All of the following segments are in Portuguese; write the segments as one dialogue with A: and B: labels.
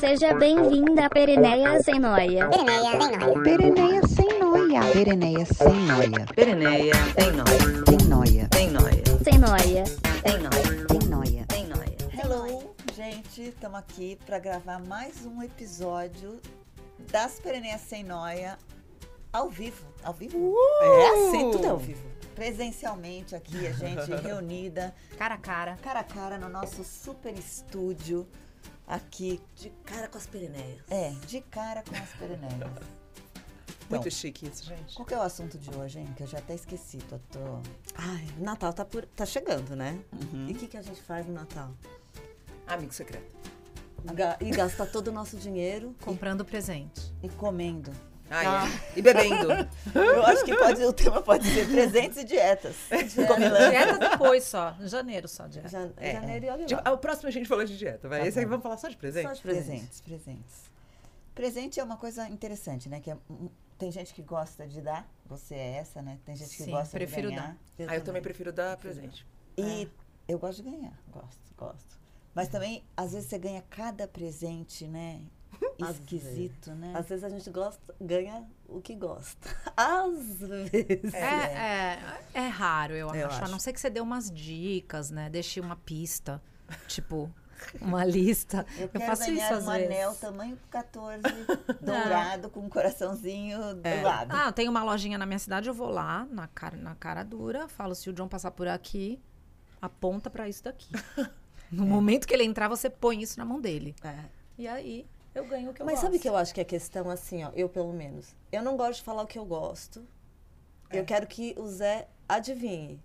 A: Seja bem-vinda a Pereneia sem noia.
B: Pereneia sem noia.
C: Pereneia sem noia. Pereneia sem noia.
D: Pereneia tem noia,
C: Tem noia.
D: tem noia,
A: Sem noia.
D: tem noia,
C: Tem noia.
D: tem noia.
E: Hello, gente, estamos aqui para gravar mais um episódio das Pereneias Sem Noia ao vivo. Ao vivo?
F: Uh!
E: É assim, tudo é ao vivo. Presencialmente aqui, a gente reunida,
G: Cara a cara.
E: cara a cara, no nosso super estúdio aqui.
F: De cara com as Pireneias.
E: É, de cara com as Pereneias.
F: Muito
E: Então.
F: chique isso, gente.
E: Qual que é o assunto de hoje, hein? Que eu já até esqueci, tô. tô- Uhum.
F: Ai, o Natal tá, por- tá chegando, né? E o que, que a gente faz no Natal? Amigo secreto. Ga- e gastar todo o nosso dinheiro
G: Comprando presente.
E: E comendo.
H: é.
F: e bebendo.
E: Eu acho que pode, o tema pode ser presentes e dietas. Comilão.
G: Dieta depois só. Em janeiro só dieta.
F: Ja-
E: É.
F: Janeiro e olha lá.
H: Tipo, o próximo a gente fala de dieta, vai.
E: Tá
H: Esse aí
E: bom.
H: vamos falar só de presente.
F: Só de presente.
E: Presentes, presentes. Presente é uma coisa interessante, né? Que é- tem gente que gosta de dar, você é essa, né? Tem gente que
G: Sim,
E: gosta de
G: prefiro
E: ganhar.
F: Eu
H: ah, eu também prefiro dar presente.
E: E eu gosto de ganhar, gosto, gosto. Mas também, às vezes você ganha cada presente, né?
F: Às
E: Esquisito, né?
F: Às vezes a gente gosta, ganha o que gosta. Às vezes.
G: É, é, é raro, eu,
F: Eu
G: acho. A
F: acho.
G: não ser que você dê umas dicas, né? Deixe uma pista. Tipo, uma lista.
E: Eu
G: Eu,
E: quero
G: faço
E: ganhar
G: isso às
E: um
G: vezes.
E: anel tamanho 14,
F: É.
E: dourado, com um coraçãozinho do lado.
G: Ah, tem uma lojinha na minha cidade, eu vou lá, na cara, na cara dura, falo, se o John passar por aqui, aponta pra isso daqui. No momento que ele entrar, você põe isso na mão dele. E aí, eu ganho o que eu
F: Mas
G: gosto.
F: sabe que eu acho que a questão, assim, ó, eu pelo menos, eu não gosto de falar o que eu gosto.
E: É.
F: Eu quero que o Zé adivinhe.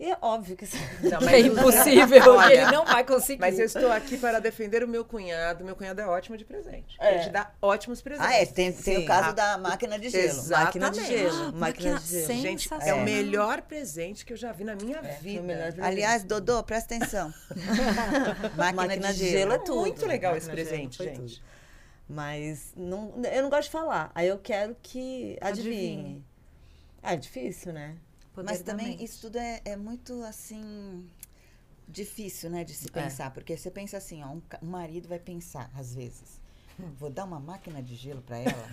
F: E é óbvio que isso.
H: Não,
G: É impossível,
H: Olha,
G: ele não vai conseguir.
H: Mas eu estou aqui para defender o meu cunhado. Meu cunhado é ótimo de presente.
E: É.
H: Ele te dá ótimos presentes.
E: Ah, é, tem, tem o
F: Sim.
E: caso
H: Ah,
E: da máquina de gelo.
H: Exatamente.
F: Máquina de gelo. Máquina
G: máquina
F: de gelo.
G: sem-
H: Gente, é
G: Sensacional.
H: o melhor presente que eu já vi na
E: É,
H: minha vida.
F: foi o melhor presente.
E: Aliás, Dodô, presta atenção. Máquina,
F: Máquina
E: de gelo.
F: é tudo.
H: Muito legal esse
F: Máquina de gelo
H: presente,
F: foi
H: gente.
F: tudo. Mas não, eu não gosto de falar. Aí eu quero que adivinhe.
G: Adivinhe.
F: Ah, é difícil, né?
G: Poder
E: Mas
G: da
E: também
G: mente.
E: isso tudo é, é muito assim difícil, né, de se pensar, porque você pensa assim, ó, um, ca- um marido vai pensar às vezes. Vou dar uma máquina de gelo pra ela.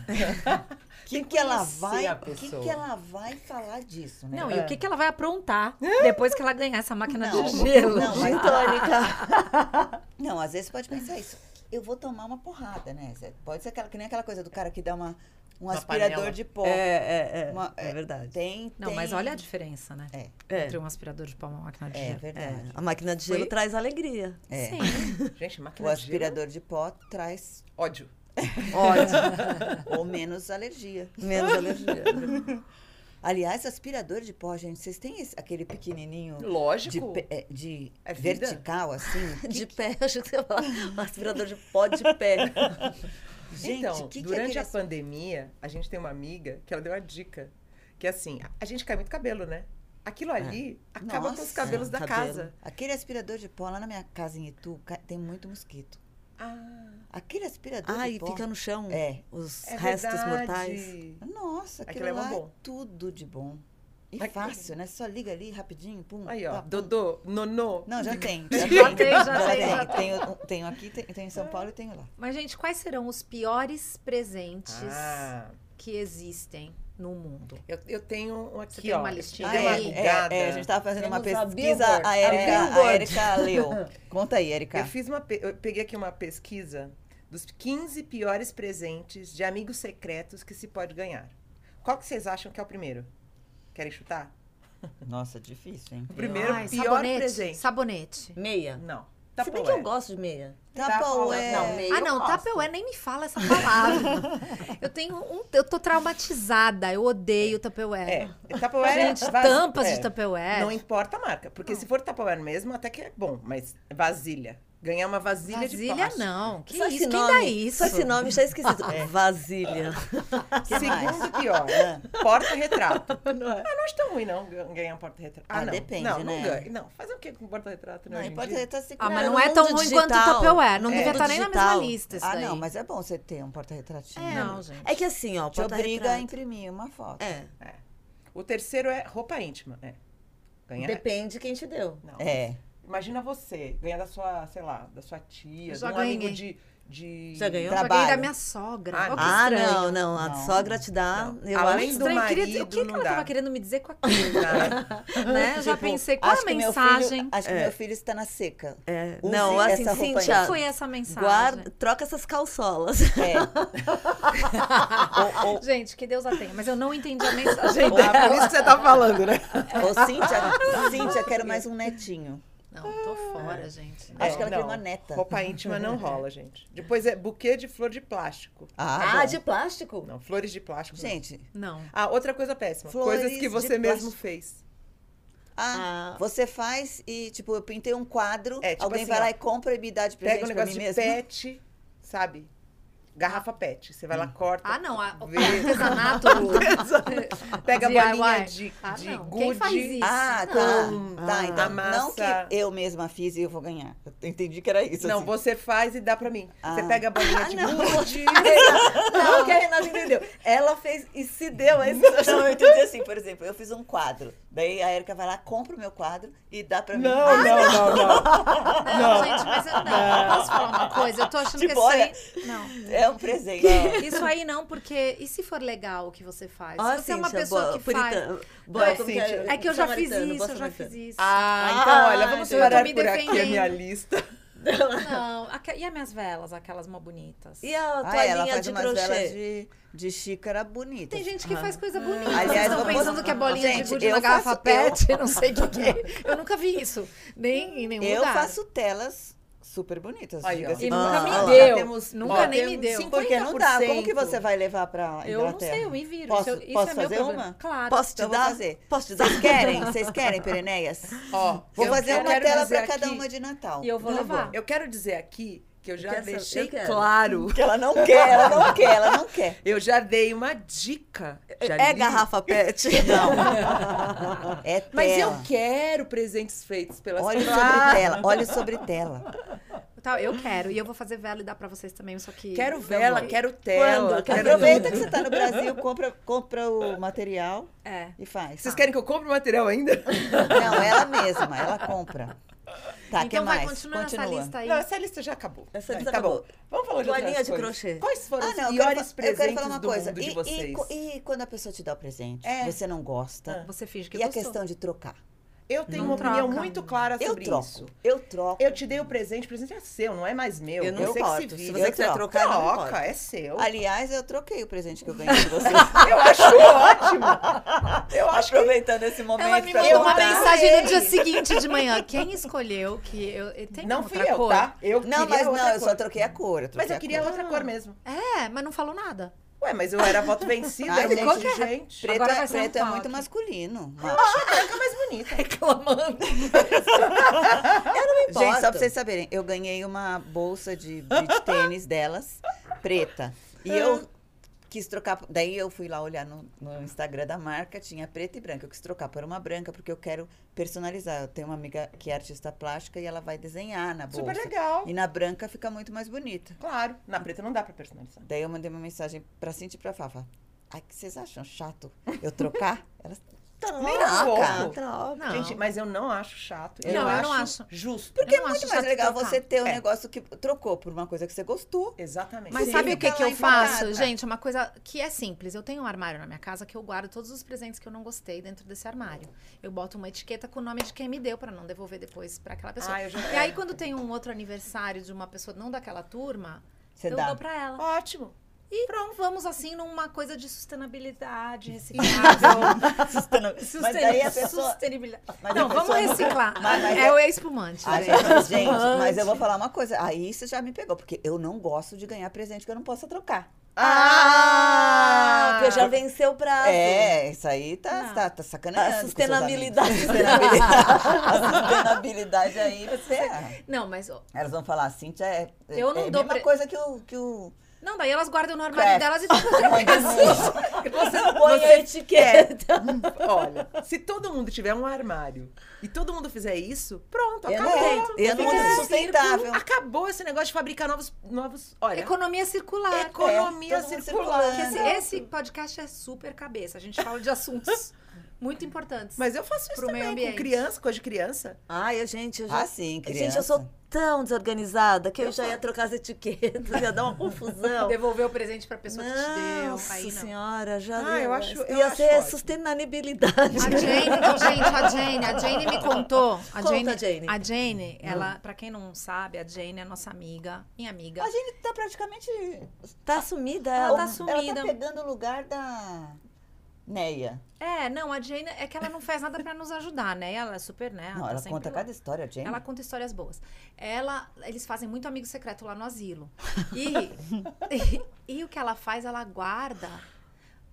E: que
H: Tem
E: que ela
H: conhecer
E: vai,
H: a
E: que que
H: pessoa.
E: ela vai falar disso, né?
G: Não,
H: É.
G: e o que, que ela vai aprontar depois que ela ganhar essa máquina
E: Não,
G: de gelo?
E: não, mas-
F: Tônica.
E: Não, às vezes você pode pensar isso. Eu vou tomar uma porrada, né? Cê- Pode ser aquela que nem aquela coisa do cara que dá uma um aspirador
H: panela.
E: de pó.
F: É, é, é.
E: Uma-
F: é verdade.
E: Tem,
G: Não,
E: tem-
G: mas olha a diferença, né?
F: É,
G: Entre um aspirador de pó e uma máquina de
E: É
G: gelo.
F: é.
E: verdade.
F: A máquina de gelo tá
H: Foi-
F: traz alegria.
E: É.
G: Sim.
H: Gente,
E: O
H: máquina de gelo.
E: aspirador de pó traz
H: Ódio.
F: Ótimo.
E: ou menos alergia.
F: Menos alergia.
E: Aliás, aspirador de pó, gente, vocês têm esse- aquele pequenininho de,
H: Lógico.
E: pe- é, de
H: É vida.
E: vertical, assim?
F: De pé, acho que você ia falar. Um aspirador de pó de pé.
E: Gente,
H: então,
E: que que é
H: durante
E: aquele
H: a
E: asp-
H: pandemia, a gente tem uma amiga que ela deu uma dica. Que assim, a- a gente cai muito cabelo, né? Aquilo ali acaba com os
E: Nossa, É,
H: cabelos da
F: cabelo.
H: casa.
E: Aquele aspirador de pó lá na minha casa em Itu ca- tem muito mosquito.
H: Ah,
E: Aquele aspirador
F: Ah,
E: de
F: e
E: pó.
F: fica no chão
E: É.
F: os
H: é
F: restos
H: verdade.
F: mortais.
E: Nossa, aquilo
H: Aquilo é mó
E: lá é
H: bom.
E: tudo de bom. E
H: Aquele-
E: fácil, né? Só liga ali rapidinho, pum.
H: Aí, ó.
E: pá, pum.
H: Dodô, Nonô.
E: Não, já tem.
G: Já tem, já tem, já tem.
E: Tenho, um- tenho aqui, tenho, tenho em São Paulo e tenho lá.
G: Mas, gente, quais serão os piores presentes
H: Ah,
G: que existem no mundo?
H: eu, eu tenho um aqui,
G: Você tem
H: ó.
G: uma listinha
H: Deu uma
G: aí?
H: bugada.
E: Ah, é, é, a gente tava fazendo uma
F: Temos a
E: pesquisa,
F: Billboard.
E: a
F: A
E: Erika, a
F: Billboard.
E: Erika leu. Conta aí, Erika.
H: Eu fiz uma, pe- eu peguei aqui uma pesquisa dos 15 piores presentes de amigos secretos que se pode ganhar. Qual que vocês acham que é o primeiro? Querem chutar?
E: Nossa, difícil, hein?
H: O primeiro
G: Ai,
H: pior
G: sabonete,
H: presente.
G: Sabonete.
F: Meia.
H: Não.
F: Se bem que eu gosto de meia.
H: Tá,
F: Tá
E: Tá, Tupperware.
F: Não, meia
G: ah, não,
F: eu gosto.
G: Tupperware nem me fala essa palavra. eu tenho um. Eu tô traumatizada. Eu odeio Tupperware.
H: É, Tupperware é
G: né? Gente,
H: vas-
G: tampas
H: é,
G: de Tupperware.
H: Não importa a marca, porque se for Tupperware mesmo, até que é bom, mas vasilha. Ganhar uma vasilha, de
G: Vasilha
H: plástico.
G: não. Que
F: Só
G: isso?
F: esse
G: Quem
F: nome,
G: dá isso?
F: Só esse nome já é esquisito. Vasilha.
E: Que mais? Ah.
H: Segundo pior, porta-retrato.
F: é.
H: Ah, não acho tão ruim, não, gan- ganhar um porta-retrato.
E: Ah,
H: não.
E: depende,
H: não,
E: né?
H: Não, ganha. não, fazer o que com porta-retrato, né,
E: Não,
H: hoje em
E: importa,
H: dia?
E: tá se
G: Ah, mas
F: Cara,
G: não
F: no
G: é tão
F: mundo
G: ruim quanto o
F: digital-
G: Tupperware. Não
F: É.
G: devia
F: mundo
G: estar nem na mesma
F: digital.
G: lista isso
E: Ah,
G: daí.
E: não, mas é bom você ter um porta-retratinho.
G: É,
E: né?
G: não, gente.
F: É que assim, ó,
E: Te obriga a
F: porta-retrato.
E: imprimir uma foto.
F: É.
H: O terceiro é roupa íntima. É. Ganhar.
F: Depende quem te deu.
H: Não.
E: É.
H: Imagina você ganhar da sua, sei lá, da sua tia,
G: Já
H: de um amigo
G: ganhei.
H: de, de.
F: Já ganhou?
G: Eu já ganhei da
H: trabalho.
G: minha sogra.
H: Ah,
G: Olha que
F: Ah,
G: estranho.
F: não, não. A
H: Não,
F: sogra te dá.
H: não.
F: Eu
H: Além
F: acho.
H: do
G: Estranho, eu queria- o
H: marido,
G: que, que
H: não
G: ela
H: dá.
G: estava querendo me dizer com aquilo, né? Eu já
E: Tipo,
G: pensei, qual a
E: acho que meu
G: mensagem?
E: filho-
H: É.
E: acho que meu filho está na seca.
F: É,
E: Use
F: não, assim,
E: essa roupa aí.
F: Cíntia,
G: Foi essa mensagem.
F: guarda, troca essas calçolas.
E: É. ou, ou,
G: Gente, que Deus a tenha. Mas eu não entendi a mensagem
H: Ah,
G: dela.
H: por isso que você tá falando, né?
E: ou É. Cíntia, Cíntia, quero mais um netinho.
G: Não, tô fora, gente.
E: Acho que ela
H: não.
E: queria uma neta.
H: Roupa íntima não rola, gente. Depois é buquê de flor de plástico.
E: Ah, bom.
F: plástico?
H: Não, flores de plástico. não.
E: Gente,
G: Não.
H: Ah, outra coisa péssima.
E: Flores
H: coisas que
E: de
H: você mesmo
E: plástico.
H: fez.
E: ah,
F: Ah.
E: você faz e, tipo, eu pintei um quadro,
H: É, tipo
E: alguém
H: assim,
E: vai
H: ó,
E: lá e compra e me dá de presente
H: Pega um
E: pra
H: negócio
E: mim
H: de
E: mesmo.
H: pet, sabe? Garrafa pet. Você
E: Hum.
H: vai lá, corta.
G: Ah, não. A, o
H: Vê.
G: artesanato.
H: Pega a
G: DIY.
H: bolinha de,
G: Ah,
H: de
G: não.
H: gude.
G: Quem faz isso?
E: Ah, tá.
H: Não.
E: tá,
H: Ah.
E: então não
H: Amassa.
E: que eu mesma fiz e eu vou ganhar. Eu entendi que era isso.
H: Não,
E: assim.
H: você faz e dá pra mim. Você
E: Ah.
H: pega a bolinha de gude.
E: Não,
F: que a Renata entendeu. Ela fez e se deu. Aí...
E: Não, eu entendi assim, por exemplo, eu fiz um quadro. Daí a Erika vai lá, compra o meu quadro e dá pra mim.
H: Não, não, não, não.
G: Não, gente, mas eu não. Posso falar uma coisa? Eu tô achando
E: Tipo,
G: que isso aí. Não.
E: É um presente.
G: Isso aí não, porque. E se for legal o que você
E: Ah,
G: faz?
F: Ó,
G: se você é uma
F: Cíntia,
G: pessoa
F: boa,
G: que faz.
F: puritana. Boa,
G: É,
E: assim,
F: como que
E: tipo,
F: é?
G: É que eu já fiz
F: Samaritana,
G: isso,
F: boa
G: eu já fiz
F: samaritana.
G: isso.
H: Ah, então, olha, vamos
G: eu tô
H: parar
G: me
H: por aqui a
G: defendendo.
H: minha lista.
G: Não. aque- E as minhas velas, aquelas mó bonitas?
F: E a
E: Ah, ela
F: toalhinha
E: faz
F: de
E: umas velas
F: crochê?
E: de, de xícara bonita.
G: Tem gente que faz coisa bonita. Vocês
E: Aliás,
G: estão
E: vamos-
G: pensando que é bolinha
E: Gente,
G: de gude na
E: eu
G: garrafa
E: faço-
G: pet, não sei o que, que é. Eu nunca vi isso. Nem em nenhum
E: Eu
G: lugar.
E: faço Ah, telas super bonitas.
H: Aí, ó.
E: diga-se
G: E
E: de
G: nunca
E: passagem.
G: me deu.
H: Já temos-
G: nunca
H: ó,
G: nem me deu.
E: Sim, Porque não dá. Como que
H: 50%.
E: você vai levar pra Inglaterra?
G: Eu não sei, eu me viro.
E: Posso-
G: isso eu- isso
E: posso
G: é meu
E: fazer
G: problema.
E: uma?
G: Claro.
F: Posso te
E: Então vou
F: dar?
E: fazer.
F: Posso te dar?
E: Vocês querem? Vocês querem, Pereneias?
H: Ó,
E: Vou
H: eu
E: fazer uma
H: quero
E: tela
H: dizer
E: pra cada
H: aqui-
E: uma de Natal.
G: E eu vou levar.
H: Eu quero dizer aqui que eu já
F: quero saber,
H: deixei
F: eu quero.
H: claro.
E: Porque ela não quer, ela não quer, ela não quer.
H: Eu já dei uma dica. já
F: É
H: li.
F: garrafa pet?
E: É
H: Mas eu
E: tela.
H: quero presentes feitos pelas
E: Olha sobre
H: Claro.
E: tela, olha sobre tela.
G: Tá, eu quero. E eu vou fazer vela e dar pra vocês também, só que...
H: Quero vela, quero tela.
F: Quando?
H: Quero...
E: Aproveita que você tá no Brasil, compra, compra o material
G: É.
E: e faz.
H: Vocês querem que eu compre o material ainda?
E: Não, ela mesma, ela compra. Tá, que
G: então vai
E: mais?
G: continuar essa lista aí.
H: Não, essa lista já acabou.
F: Essa
H: Vai,
F: lista
H: tá
F: acabou.
H: Bom. Vamos falar de outras
F: Toalhinha de
H: coisas.
F: crochê.
H: Quais foram
E: Ah,
H: os
E: não, eu quero,
H: piores
E: fa- eu
H: presentes
E: quero falar uma
H: do
E: coisa.
H: mundo de
E: E-
H: vocês?
E: e, co- e quando a pessoa te dá o presente,
H: É.
E: você não gosta.
G: Você finge Ah. que
E: E a
G: gostou.
E: questão de trocar?
H: Eu tenho
G: Não
H: uma opinião
G: troca.
H: muito clara
E: Eu
H: sobre
E: troco.
H: isso.
E: Eu troco.
H: Eu te dei o presente, o presente é seu, não é mais meu.
F: Eu não
H: você que se
F: importo. Se
H: vira.
F: você
E: Eu
F: quiser
E: troco.
F: trocar, não importa.
H: Troca, é seu.
E: Aliás, eu troquei o presente que eu ganhei de você.
H: Eu acho ótimo.
E: eu acho aproveitando esse momento.
G: Ela me
E: pra
G: mandou uma
E: contar.
G: mensagem no dia seguinte de manhã. Quem escolheu que eu... e Tem
H: Não fui
G: outra
H: eu,
G: cor?
H: tá? Eu
E: Não,
H: queria
E: mas
H: outra
E: não, eu
H: cor.
E: só troquei a cor. Eu troquei
H: Mas eu
E: a
H: queria
E: cor.
H: outra cor mesmo.
G: É, mas não falou nada.
H: Ué, mas eu era voto vencido,
E: Ai,
H: era um
E: gente,
H: monte de gente.
E: Preto,
G: Agora
E: é,
G: vai ser um Ah,
E: preto é
G: pau
E: muito
G: aqui.
E: masculino.
H: Fica mais bonita.
F: Reclamando.
E: Gente, só pra vocês saberem, eu ganhei uma bolsa de, de tênis delas, preta. E
G: Ah.
E: eu quis trocar. Daí eu fui lá olhar no, no Instagram da marca, tinha preta e branca. Eu quis trocar por uma branca, porque eu quero personalizar. Eu tenho uma amiga que é artista plástica e ela vai desenhar na bolsa.
H: Super legal.
E: E na branca fica muito mais bonita.
H: Claro, na preta não dá pra personalizar.
E: Daí eu mandei uma mensagem pra Cintia e pra Fafa. Ai, que vocês acham chato eu trocar? Elas.
H: Nem
E: Troca.
H: um pouco.
F: Troca.
G: Não.
H: Gente, mas eu não acho chato. Eu
G: Não, eu
H: acho
G: não acho.
H: justo.
E: Porque
G: Eu
E: é
G: não
E: muito
G: acho
E: mais
G: chato
E: legal
G: trocar.
E: você ter um
H: É.
E: negócio que trocou por uma coisa que você gostou.
H: Exatamente. é
G: Mas
E: Sim.
G: sabe o que,
H: tá
E: Fica
G: que
E: lá
G: eu faço?
E: empacada.
G: Gente, uma coisa que é simples. Eu tenho um armário na minha casa que eu guardo todos os presentes que eu não gostei dentro desse armário. Eu boto uma etiqueta com o nome de quem me deu pra não devolver depois pra aquela pessoa.
H: Ah, eu já-
G: E aí, quando tem um outro aniversário de uma pessoa não daquela turma,
E: Você
G: eu
E: dá.
G: dou pra ela.
H: Ótimo.
G: E pronto, vamos assim numa coisa de sustenabilidade, reciclável.
E: tá Mas daí a
G: susteni-
E: pessoa.
G: Sustenibilidade.
E: mas a
G: Não,
E: pessoa
G: vamos reciclar.
E: Mas- mas
G: é o espumante.
E: Ah,
G: né?
E: gente, gente, mas eu vou falar uma coisa. Aí você já me pegou, porque eu não gosto de ganhar presente que eu não possa trocar.
F: Ah, porque já venceu o prazo.
E: É, isso aí tá,
G: assim. Não.
E: tá, tá sacaneando.
F: A
E: com seus amigos.
F: sustenabilidade.
E: Sustenabilidade. a sustentabilidade aí, você.
G: Não, mas. ó,
E: Elas vão falar, Cíntia, é, é,
G: Eu não
E: é a
G: dou
E: mesma
G: pre-
E: coisa que o. Que o...
G: Não, daí elas guardam no armário
E: Craft.
G: delas e ficam
F: Você põe a etiqueta.
H: Olha, se todo mundo tiver um armário e todo mundo fizer isso, pronto,
E: Eu não
H: acabou.
E: aguento, eu não
H: Fica
E: aguento.
H: esse
E: Sustentável.
H: círculo. Acabou esse negócio de fabricar novos. novos olha,
G: Economia circular.
H: economia
E: É, todo mundo
H: circular.
G: Porque esse,
E: Exato.
G: esse podcast é super cabeça. A gente fala de assuntos muito importantes.
H: Mas eu faço isso
G: Pro
H: também
G: meio
H: com
G: ambiente.
H: criança, coisa de criança.
F: Ai, eu, gente, eu já.
E: Ah, sim, criança.
F: Gente, eu sou tão desorganizada que eu já ia trocar as etiquetas, ia dar uma confusão.
G: Devolver o presente pra pessoa que te deu.
F: Nossa
G: Aí não.
F: senhora, já
H: Ah,
F: ia-
H: eu acho- eu
F: ia
H: acho
F: ser
H: ótimo.
F: sustentabilidade.
G: A Jane, então, gente, a Jane, a Jane me contou. A
F: Conta,
G: Jane,
F: Jane.
G: A Jane, ela, pra quem não sabe, a Jane é nossa amiga, minha amiga.
E: A gente tá praticamente.
F: Tá sumida
G: Ela
F: ela.
G: tá
E: Ela
G: sumida.
E: tá pegando o lugar da Neia.
G: É, não, a Jane é que ela não faz nada pra nos ajudar, né? Ela é super, né?
E: Não,
G: tá
E: ela
G: sempre
E: conta
G: lá.
E: cada história, Jane.
G: Ela conta histórias boas. Ela, eles fazem muito amigo secreto lá no asilo. E, e, e o que ela faz, ela guarda.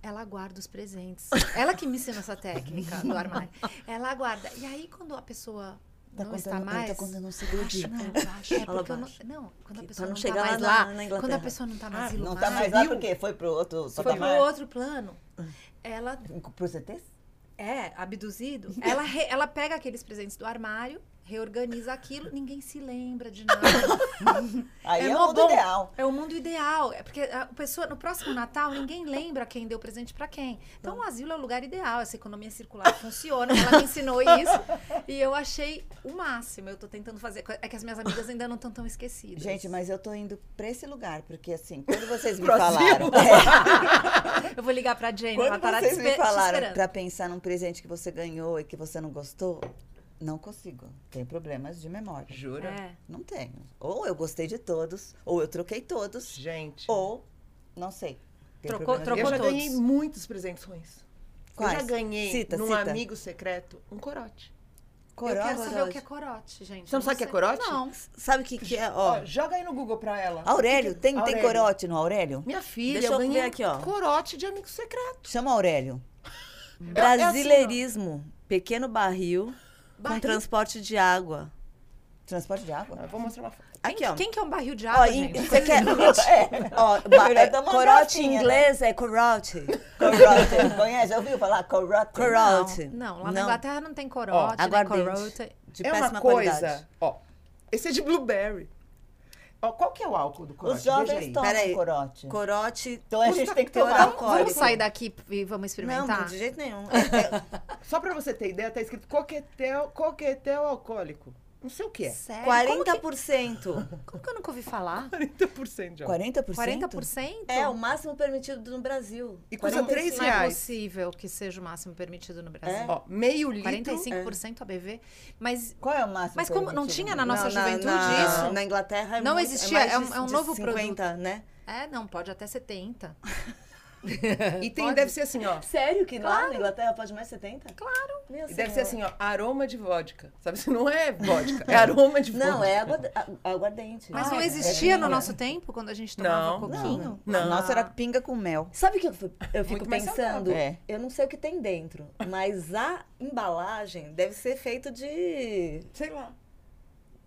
G: Ela guarda os presentes. Ela que me ensina essa técnica do armário. Ela guarda. E aí, quando a pessoa
E: tá
G: não
E: contando,
G: está
E: ela
G: mais.
E: tá contando um
G: Baixa,
E: segredinho.
G: não, baixa. É
F: Fala
G: porque eu não,
F: baixo.
G: não, quando a
F: Que-
G: pessoa
F: pra não
G: não, tá
F: chegar lá
G: mais
F: na-
G: lá,
F: na
G: quando a
F: Inglaterra.
G: pessoa não tá no
H: Ah,
G: asilo
E: Não tá mais lá porque foi pro outro
G: foi pro
E: patamar.
G: outro plano, ela
E: Pro CT?
G: é abduzido, ela, re- ela pega aqueles presentes do armário, reorganiza aquilo, ninguém se lembra de nada.
E: Aí é, o
G: mó
E: mundo
G: bom.
E: ideal.
G: É o mundo ideal. É porque a pessoa, no próximo Natal, ninguém lembra quem deu presente pra quem. Então,
E: Tá.
G: o asilo é o lugar ideal. Essa economia circular funciona. Ela me ensinou isso. E eu achei o máximo. Eu tô tentando fazer. É que as minhas amigas ainda não estão tão esquecidas.
E: Gente, mas eu tô indo pra esse lugar, porque assim, quando vocês me
H: Pro
E: falaram. é,
H: asilo.
G: Eu vou ligar pra Jane. ela
E: Quando
G: tá lá te
E: vocês
G: espe-
E: me
G: te
E: falaram
G: esperando.
E: pra pensar num presente que você ganhou e que você não gostou, não consigo. Tem problemas de memória.
H: Jura?
G: É.
E: Não tenho. Ou eu gostei de todos, ou eu troquei todos,
H: Gente.
E: ou não sei. Tem
G: Trocou-
E: problemas de
H: eu
G: trocou
H: já
E: memória.
G: todos.
H: ganhei muitos presentes ruins.
E: Quais?
H: Eu já ganhei
E: Cita,
H: num
E: cita.
H: amigo secreto um corote.
G: Eu
E: Coroa,
G: quero saber o que é corote, gente.
H: Você não
G: Eu
H: sabe o que é
G: sei.
H: corote?
G: Não.
F: Sabe o que, que é?
H: Ó,
F: Ó,
H: joga aí no Google pra ela.
E: Aurélio, tem, tem
H: Aurélio.
E: corote no Aurélio?
H: Minha filha,
F: Deixa eu
H: eu ganhei
F: ver aqui, ó.
H: um corote de amigo secreto.
E: Chama Aurélio.
F: brasileirismo. pequeno barril, com
G: Barril?
F: transporte de água.
E: Transporte de água?
H: Eu vou mostrar uma foto.
G: Quem,
F: Aqui, ó.
G: quem que é um barril de
F: Ó,
G: água,
F: em-
G: gente?
F: você quer.
E: É.
F: Ó,
E: Melhor
F: ba- é,
E: dar uma
F: corote em
E: garfinha,
F: inglês é corote.
E: Corote. Conhece? Já ouviu falar corote?
F: Corote.
G: Não, lá na Inglaterra não tem corote,
F: Ó,
G: nem
F: aguardente.
G: corote.
F: De
H: é
F: péssima
H: uma coisa.
F: qualidade.
H: Ó, esse é de blueberry. Ó, qual que é o álcool do corote?
E: Os
H: Veja
E: jovens
H: aí.
E: tomam
F: Peraí.
E: corote.
F: Corote.
E: Então a gente tem que tomar
F: Vamos-
E: alcoólico.
G: Vamos sair daqui e vamos
F: Não,
G: experimentar?
F: de jeito nenhum. Tá. É- é
H: Só pra você ter ideia, tá escrito coquetel, coquetel alcoólico. Não sei o que é.
G: Sério? Como, que,
F: 40%.
G: como que eu nunca ouvi falar?
H: 30% de álcool.
E: 40%?
G: 40%?
F: É, o máximo permitido no Brasil.
H: E custa 3
G: Não é
H: reais.
G: possível que seja o máximo permitido
F: É,
G: no
F: um
G: Brasil.
H: Ó, meio litro.
G: 45% ABV. Mas,
E: Qual é o máximo?
G: mas como não
E: permitido?
G: tinha na nossa
F: Não, na-
G: juventude
F: na,
G: isso?
F: Na Inglaterra é
G: Não
F: muito-
G: existia,
F: mais
G: é
F: de-
G: um- é um
F: de
G: novo
F: 50, né?
G: É, não, pode até 70.
H: E tem, deve ser assim, ó.
F: Sério que lá na Inglaterra pode mais 70? Claro.
H: E deve ser assim, ó, aroma de vodka. Sabe? Isso não é vodka, é aroma de vodka.
F: Não, é água, a- aguardente.
G: Mas
F: Ah,
G: não
F: é.
G: existia no nosso tempo, quando a gente tomava
H: Não,
G: coquinho?
E: A
H: Não.
E: nossa era pinga com mel.
F: Sabe o que eu, fi- eu fico
H: Muito mais
F: pensando?
E: saudável. É.
F: Eu não sei o que tem dentro, mas a embalagem deve ser feita de
H: Sei lá.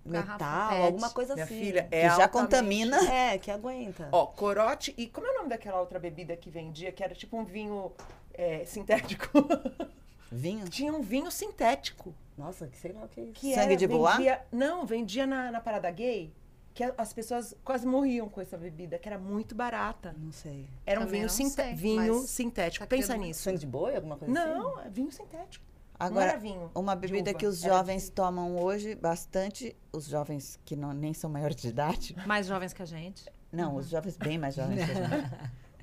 G: Garrafa
F: metal,
G: PET.
F: alguma coisa
H: Minha
F: assim.
H: filha,
E: que
H: é
E: já
H: altamente-
E: contamina.
F: É, que aguenta.
H: Ó, corote e como é o nome daquela outra bebida que vendia, que era tipo um vinho é, sintético?
E: Vinho?
H: Tinha um vinho sintético.
F: Nossa, que sei lá o que é isso.
H: Que
E: Sangue
H: era-
E: de boa?
H: vendia- Não, vendia na, na parada gay, que a- as pessoas quase morriam com essa bebida, que era muito barata.
F: Não sei.
H: Era um
G: Também
H: vinho,
G: não
H: sinte-
G: sei,
H: vinho
G: mas
H: sintético.
G: tá
H: Pensa
G: criando-
H: nisso.
F: Sangue de boi, alguma coisa assim?
H: Não, é vinho sintético. não era
E: Agora,
H: vinho.
E: uma
H: de
E: bebida
H: uva,
E: que os
H: era de-
E: jovens tomam hoje bastante, os jovens que não, nem são maiores de idade,
G: Mais jovens que a gente.
E: não, os jovens bem mais jovens que a gente,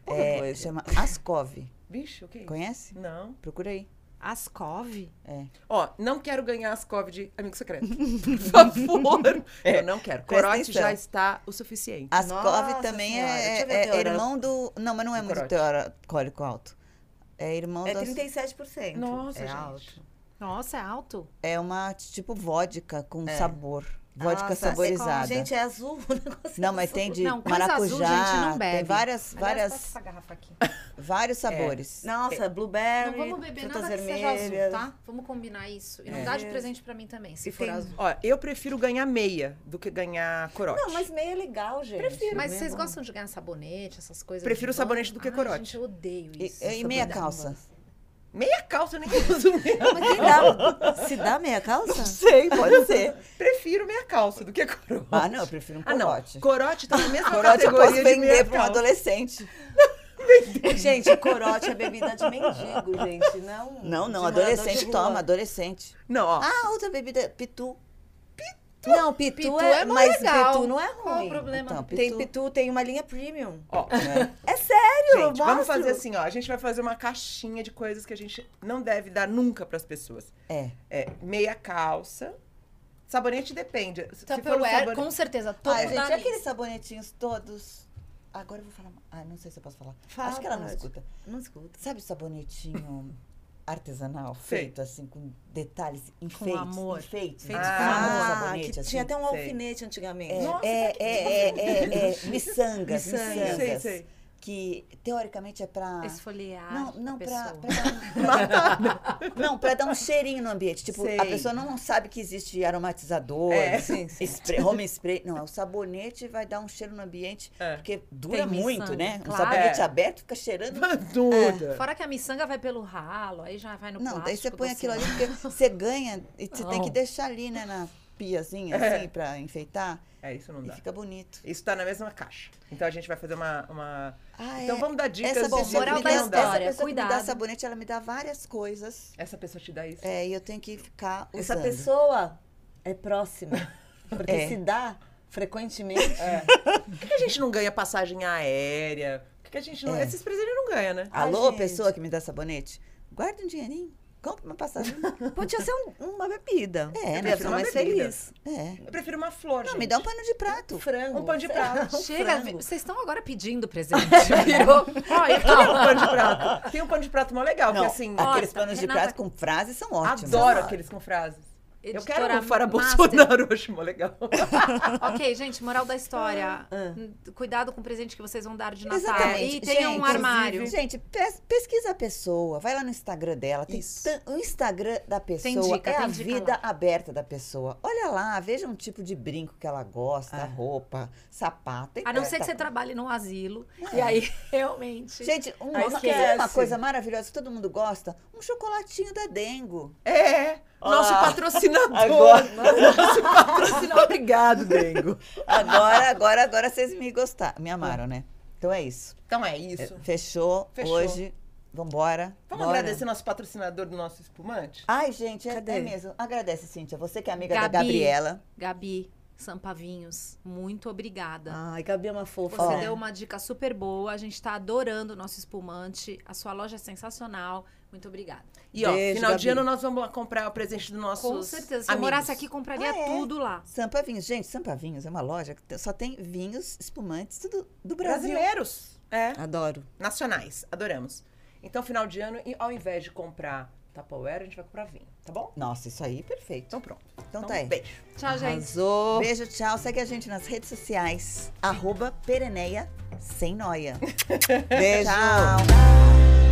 F: Outra
E: é,
F: coisa.
E: chama Ascov.
H: Bicho, o que é isso?
E: Conhece?
H: Não.
E: Procura aí.
G: Ascov?
H: Ó, não quero ganhar as COVID de amigo secreto. Por favor. Eu não quero.
E: É, Presta
H: Corote
E: atenção.
H: já está o suficiente.
E: Ascov
F: Nossa
E: também
F: Senhora,
E: é,
F: deixa eu ver
E: é
F: a teoria.
E: irmão do... Não, mas não é
H: Do
E: muito
H: corote.
E: teor- alcoólico alto. É irmão
F: É
E: das-
F: 37%.
H: Nossa,
F: é
H: gente.
F: alto.
G: Nossa, é alto.
E: É uma, tipo, vodka com sabor. Vodka
F: Nossa,
E: saborizada.
F: Gente, é azul o negócio.
E: Não, mas tem de
G: Não, coisa
E: maracujá,
G: azul, gente, não bebe.
E: tem várias,
G: Aliás,
E: várias,
G: passa essa garrafa aqui.
E: vários sabores.
F: Nossa, blueberry,
G: Não vamos beber
F: frutas
G: nada
F: vermelhas. É.
G: que seja azul, tá? Vamos combinar isso. E não dá de presente pra mim também, se
H: E
G: for
H: tem-
G: azul.
H: Ó, eu prefiro ganhar meia do que ganhar corote.
F: Não, mas meio é legal, gente. Prefiro.
G: Mas vocês gostam de ganhar sabonete, essas coisas?
H: Prefiro
G: de banho?
H: sabonete do que
G: Ai,
H: corote.
G: Gente, eu odeio
E: E-
G: isso.
E: e, meia calça.
H: Meia calça eu nem uso meia.
F: Mas quem dá? Se dá meia calça?
E: Sei, pode ser.
H: Prefiro meia calça do que corote.
E: Ah, não, eu prefiro um
H: Ah, não.
E: corote.
H: Corote tá na mesma
E: corote eu posso
H: categoria de
E: vender
H: meia
E: pra um
H: calça.
E: adolescente.
F: Gente, o corote é bebida de mendigo, gente. Não,
E: Não, não,
F: de morador de
E: adolescente
F: rua.
E: toma, adolescente.
H: Não, ó.
E: Ah, outra bebida, pitu.
F: Não, pitu,
G: Pitu
F: é,
G: é mó
F: mas
G: legal.
F: pitu não é ruim.
G: Qual o problema?
E: Então, pitu.
F: Tem pitu, tem uma linha premium.
H: ó.
F: É sério,
H: Gente, vamos
F: mostro.
H: fazer assim, ó. A gente vai fazer uma caixinha de coisas que a gente não deve dar nunca pras pessoas.
E: É.
H: É meia calça. Sabonete depende. Se for um
G: Tupperware,
H: sabonete-
G: com certeza. Todo
E: Ai,
G: mundo
E: gente, é
G: dá
E: e
G: nisso.
E: aqueles sabonetinhos todos. Agora eu vou falar. Ah, não sei se eu posso falar.
F: Fala,
E: Acho que ela não
F: Nath.
E: escuta.
F: Não escuta.
E: Sabe sabonetinho artesanal,
H: Sei.
E: feito assim, com detalhes, enfeites,
G: amor.
E: enfeites.
G: Feito
H: com
E: sabe
H: amor.
E: o
F: Ah,
E: sabonete,
F: que
E: assim?
F: tinha até um
H: sei.
F: alfinete antigamente.
E: É,
H: Nossa,
E: é, é, é, é, é, miçangas,
F: Miçangas.
E: miçangas.
H: Sei, sei.
E: Que teoricamente é pra.
G: Esfoliar
E: Não, não,
G: a
E: pra,
G: pessoa.
E: pra dar um, não, pra dar um cheirinho no ambiente. Tipo,
H: Sei.
E: a pessoa não sabe que existe aromatizador,
H: É.
F: Sim, sim.
E: spray, home spray. Não, é o sabonete vai dar um cheiro no ambiente,
H: É.
E: porque dura
G: Tem
E: muito,
G: miçanga,
E: né? Um
G: claro.
E: sabonete
H: É.
E: aberto fica cheirando.
H: Duda.
G: É, Fora que a miçanga vai pelo ralo, aí já vai no
E: Não,
G: plástico.
E: daí você põe
G: do
E: aquilo ali,
G: celular.
E: porque você ganha e você tem
G: Não.
E: que deixar ali, né, na piazinha,
H: É.
E: assim, pra enfeitar.
H: É, isso não
E: E
H: dá.
E: fica bonito.
H: Isso tá na mesma caixa. Então a gente vai fazer uma. uma-
E: Ah,
H: Então
E: é.
H: vamos dar dicas
E: essa
H: de
E: pessoa
G: moral
E: que me
H: sempre
G: da
E: dá-
H: não dar.
G: história,
E: Essa pessoa que me dá
G: cuidado.
E: sabonete, ela me dá várias coisas.
H: Essa pessoa te dá isso.
E: É, e eu tenho que ficar usando.
F: Essa pessoa é próxima. Porque
E: É.
F: se dá frequentemente.
H: Por que a gente não ganha passagem aérea? Por que a gente não.
E: É.
H: Esses presentes não ganha, né?
E: Alô,
F: gente.
E: pessoa que me dá sabonete, guarda um dinheirinho, compra uma passagem.
G: Uhum.
F: Podia ser um- uma bebida.
E: É,
F: a
E: né?
F: pessoa
H: Uma
F: mais
H: bebida.
F: feliz.
E: é.
H: Eu prefiro uma flor.
E: Não,
H: gente.
E: me dá um pano de prato.
F: Frango.
H: Um pão de
F: sei
H: prato.
F: lá, um
G: Chega,
F: frango.
G: vocês estão agora pedindo presente. Virou. Olha,
H: Tem um
G: calma.
H: pano de prato. Tem um pano de prato mó legal, que assim.
G: Ó,
E: aqueles
G: nossa,
E: panos de
G: Renata-
E: prato com frases são ótimos.
H: Adoro aqueles com frases. Eu quero
G: Editora
H: um fora
G: master.
H: Bolsonaro, eu acho mó legal.
G: Ok, gente, moral da história. Hum, Cuidado com o presente que vocês vão dar de Natal.
E: Ah. Exatamente.
G: E tenham um
E: Gente,
G: armário.
E: Gente, pes- pesquisa a pessoa, vai lá no Instagram dela. Tem
H: Isso.
E: tan- o Instagram da pessoa
G: dica,
E: é
G: tem
E: a
G: dica
E: vida
G: lá.
E: aberta da pessoa. Olha lá, veja um tipo de brinco que ela gosta, roupa, sapato. tem
G: Ah. A não
E: tanta
G: ser que você tá- trabalhe num asilo. E aí, realmente.
E: é. Gente, um-
H: Aí
E: uma,
H: esquece.
E: quer ver uma coisa maravilhosa que todo mundo gosta, um chocolatinho da Dengo.
H: É, nosso
E: Olá.
H: patrocinador.
E: Agora-
H: Nosso patrocinador. Obrigado, Dengo.
E: Agora, agora, agora vocês me gostaram, me amaram, né? Então é isso.
H: Então é isso.
E: Fechou,
H: Fechou.
E: hoje. Vambora.
H: Vamos
E: Bora.
H: agradecer nosso patrocinador do nosso espumante?
E: Ai, gente, é,
F: Cadê?
E: é mesmo. Agradece, Cíntia. Você que é amiga
G: Gabi.
E: da Gabriela.
G: Gabi Sampavinhos, muito obrigada.
F: Ai, Gabi é uma fofa.
G: Você
E: Ah, Ó.
G: deu uma dica super boa. A gente tá adorando o nosso espumante. A sua loja é sensacional. Muito obrigada.
H: E ó,
F: Beijo,
H: final de
F: Gabi.
H: ano nós vamos lá comprar o presente do nosso.
G: Com certeza. Se eu morasse aqui, compraria
E: Ah, é?
G: tudo lá.
E: Sampa Vinhos. Gente, Sampa Vinhos é uma loja que te- só tem vinhos, espumantes, tudo do Brasil.
H: Brasileiros. É.
F: Adoro.
H: Nacionais. Adoramos. Então, final de ano, e ao invés de comprar Tupperware, a gente vai comprar vinho, tá bom?
E: Nossa, isso aí, é perfeito.
H: Então pronto.
E: Então tá aí.
H: Beijo.
G: Tchau, gente.
F: Arrasou.
E: Beijo, tchau. Segue a gente nas redes sociais. Arroba Pereneia Sem Noia.
F: Beijo.
E: Tchau.